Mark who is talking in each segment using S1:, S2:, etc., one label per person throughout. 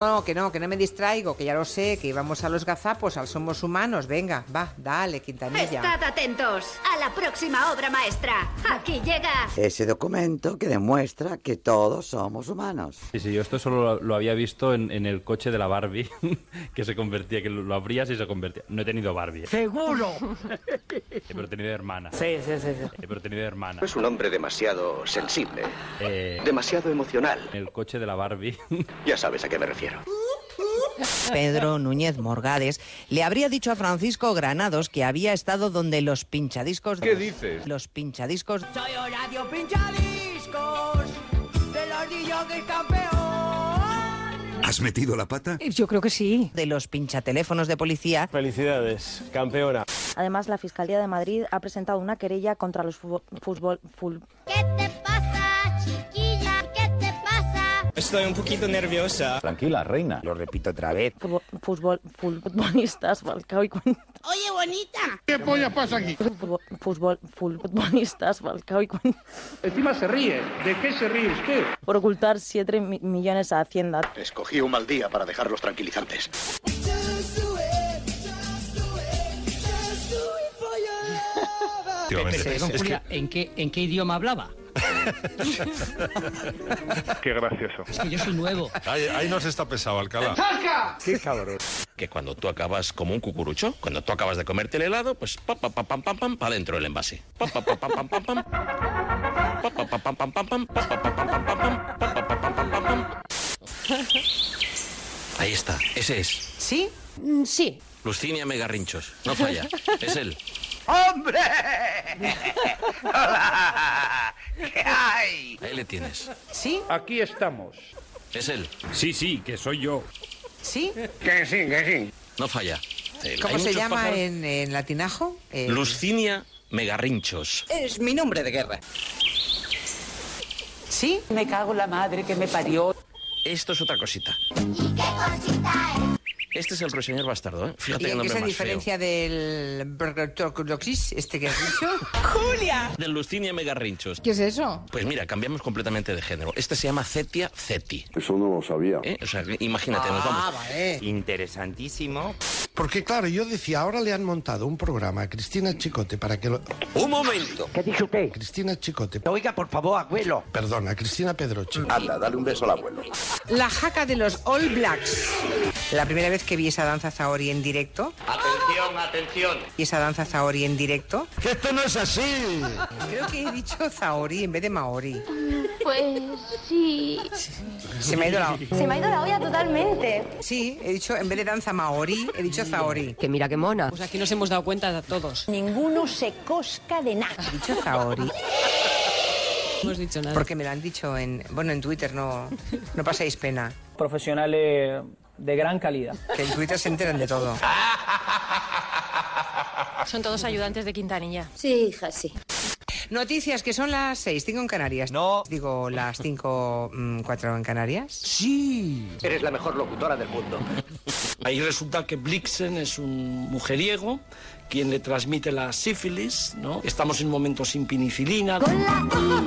S1: No, que no, que no me distraigo, que ya lo sé, que vamos a los gazapos, al Somos Humanos. Venga, va, dale, Quintanilla.
S2: Estad atentos a la próxima obra maestra. Aquí llega
S3: Ese documento que demuestra que todos somos humanos.
S4: Sí, sí, yo esto solo lo, lo había visto en, en el coche de la Barbie, que se convertía, que lo, lo abrías y se convertía. No he tenido Barbie, eh,
S5: ¡Seguro!
S4: pero he tenido hermana. eh,
S5: Sí, sí, sí. sí.
S4: pero he tenido hermana.
S6: Es un hombre demasiado sensible,
S4: Eh,
S6: demasiado emocional.
S4: en el coche de la Barbie.
S6: Ya sabes a qué me refiero.
S7: Pedro Núñez Morgades le habría dicho a Francisco Granados que había estado donde los pinchadiscos. ¿Qué dices? Los pinchadiscos.
S8: Soy Horacio Pinchadiscos, de los DJs campeón.
S9: ¿Has metido la pata?
S10: Yo creo que sí.
S7: de los pinchateléfonos de policía.
S11: Felicidades, campeona.
S10: Además, la Fiscalía de Madrid ha presentado una querella contra los fútbol...
S2: ¿Qué te pasa, chiquilla? ¿Qué te pasa?
S11: Estoy un poquito nerviosa.
S9: Tranquila, reina. Lo repito otra vez.
S10: futbolistas, Falcao y Cuentas.
S2: Oye, bonita.
S10: futbolistas, Falcao y Cuentas.
S5: Encima se ríe. ¿De qué se ríe usted?
S10: Por ocultar 7 millones a Hacienda.
S6: Escogí un mal día para dejarlos tranquilizantes.
S9: Efectivamente.
S5: Don Julia, ¿en, qué, ¿en qué idioma hablaba?
S11: Qué gracioso.
S5: Es que yo soy nuevo.
S9: Ahí, ahí nos está pesado, Alcalá.
S6: Que cuando tú acabas como un cucurucho, cuando tú acabas de comerte el helado, pues pa pa pa pam pam pam pa dentro del envase. Pa pa pa pam pam pam pam. Pa pa pa pam pam pam pam. Pa pa pa pam pam pam pam. Pa pa pa pam pam pam pam. Ahí está, ese es.
S7: ¿Sí?
S8: Sí.
S6: Lucinia Megarrinchos. No falla. Es él. ¡Hombre! ¡Hola! ¿Qué hay? Ahí le tienes.
S7: ¿Sí?
S5: Aquí estamos.
S6: Es él.
S4: Sí, sí, que soy yo.
S7: ¿Sí?
S6: No falla. Él.
S1: ¿Cómo
S6: Hay
S1: se
S6: muchos
S1: llama
S6: pájaros.
S1: en, en latinajo? Eh,
S6: Lucinia Megarrinchos.
S8: Es mi nombre de guerra.
S1: ¿Sí?
S8: Me cago en la madre que me parió.
S6: Esto es otra cosita. Este es el ruiseñor bastardo, ¿eh?
S1: ¿Y
S6: Fíjate que
S1: en qué
S6: nombre
S1: se
S6: más
S1: diferencia del Brocrotocoxis, este que has dicho?
S6: feo. Del Lucinia Megarrinchos.
S10: ¿Qué es eso?
S6: Pues mira, cambiamos completamente de género. Este se llama Cetia Ceti.
S9: Eso no lo sabía.
S6: ¿eh? O sea, que imagínate, nos
S1: Ah,
S6: vamos.
S1: vale.
S11: Interesantísimo.
S9: Porque claro, yo decía, ahora le han montado un programa a Cristina Chicote para que lo...
S11: Un momento. ¿Qué dice usted?
S9: Cristina Chicote,
S11: Oiga, por favor, abuelo.
S9: perdona, Cristina Pedroche.
S6: Anda, dale un beso al abuelo.
S1: La jaca de los All Blacks. La primera vez que vi esa danza Zahori en directo,
S11: Atención, atención.
S1: y esa danza Zahori en directo,
S9: ¡Que esto no es así!
S1: creo que he dicho Zahori en vez de Maori.
S2: Pues sí.
S1: Se me ha ido la...
S10: Se me ha ido la olla totalmente.
S1: Sí, he dicho, en vez de danza Maori, he dicho Zahori.
S8: Que mira qué mona.
S10: Pues aquí nos hemos dado cuenta de todos.
S2: Ninguno se cosca de nada.
S1: He dicho Zahori.
S10: No hemos dicho nada.
S1: Porque me lo han dicho en... Bueno, en Twitter, no, no paséis pena.
S5: Profesionales de gran calidad.
S1: Que en Twitter se enteran de todo.
S10: Son todos ayudantes de Quintanilla.
S2: Sí, hija, sí.
S1: Noticias que son las 6, 5 en Canarias.
S11: No.
S1: Digo, las 5, 4 en Canarias.
S6: Eres la mejor locutora del mundo.
S11: Ahí resulta que Blixen es un mujeriego quien le transmite la sífilis, ¿no? Estamos en momentos sin penicilina,
S2: Con la I.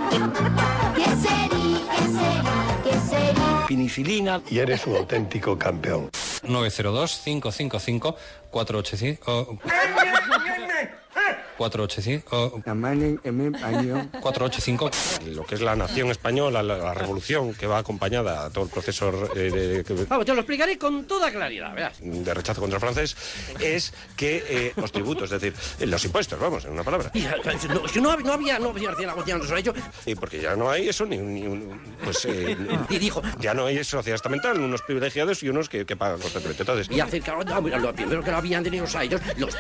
S2: ¿Qué sería? ¿Qué sería? ¿Qué sería?
S11: penicilina.
S9: Y eres un auténtico campeón.
S4: 902-555-485. 485. 485.
S9: Lo que es la nación española, la, la revolución que va acompañada a todo el proceso eh, de, que-
S11: Vamos, te lo explicaré con toda claridad, verás.
S9: de rechazo contra el francés, es que eh, los tributos, es decir, eh, los impuestos, vamos, en una palabra.
S11: Mira, No, si no, hab- no había, no había García Lagos, ya no se lo ha hecho.
S9: Y porque ya no hay eso, ni, un- ni un- pues eh,
S11: Y dijo,
S9: ya no hay sociedad estamental, unos privilegiados y unos que, que pagan constantemente. Entonces,
S11: y acercaron, a lo primero que lo habían tenido los ellos, los...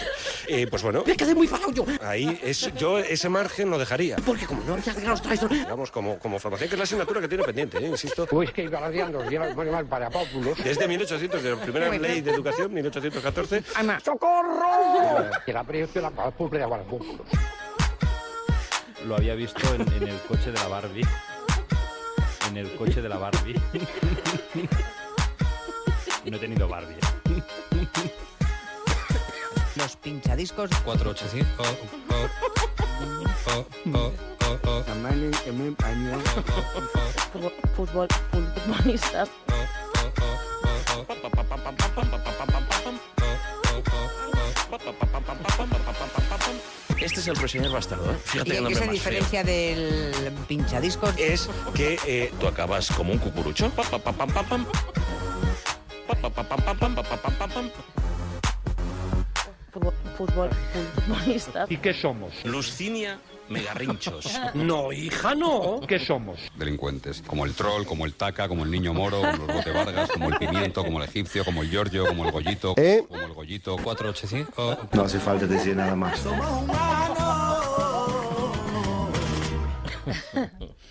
S9: eh, pues bueno,
S11: Me quedé muy falado yo,
S9: ahí es, yo ese margen lo dejaría.
S11: porque como no había acercado los traidores,
S9: Digamos, como, como formación, que es la asignatura que tiene pendiente, eh, insisto.
S5: que nos lleva muy mal para Pópulos.
S9: Desde 1800, de la primera ley de educación, 1814,
S1: Ana,
S5: Que la precio la para Pópulos para Pópulos.
S4: Lo había visto en, en el coche de la Barbie. En el coche de la Barbie. No he tenido Barbie. eh.
S7: Los pinchadiscos.
S4: 485.
S10: Fútbol, futbolistas.
S9: Este es el reseñor bastardo, ¿eh? Fíjate
S1: ¿Y
S9: que
S1: en qué
S9: nombre
S1: se
S9: más feo.
S1: diferencia del
S12: pinchadiscos?
S9: Es que eh, tú acabas como un cucurucho. Pa, pa, pa, pam, pam, pam. Pa, pa, pa, pam, pam, pam, pa, pa, pam, pam, pam.
S10: Fútbol, fútbol, futbolistas.
S9: ¿Y qué somos? Luscinia Megarrinchos.
S4: No, hija, no. ¿Qué somos? Delincuentes. Como el troll, como el taca, como el niño moro, como los bote Vargas, como el pimiento, como el egipcio, como el giorgio, como el gollito.
S6: ¿Eh?
S4: Como el gollito. 485.
S6: No hace falta decir nada más.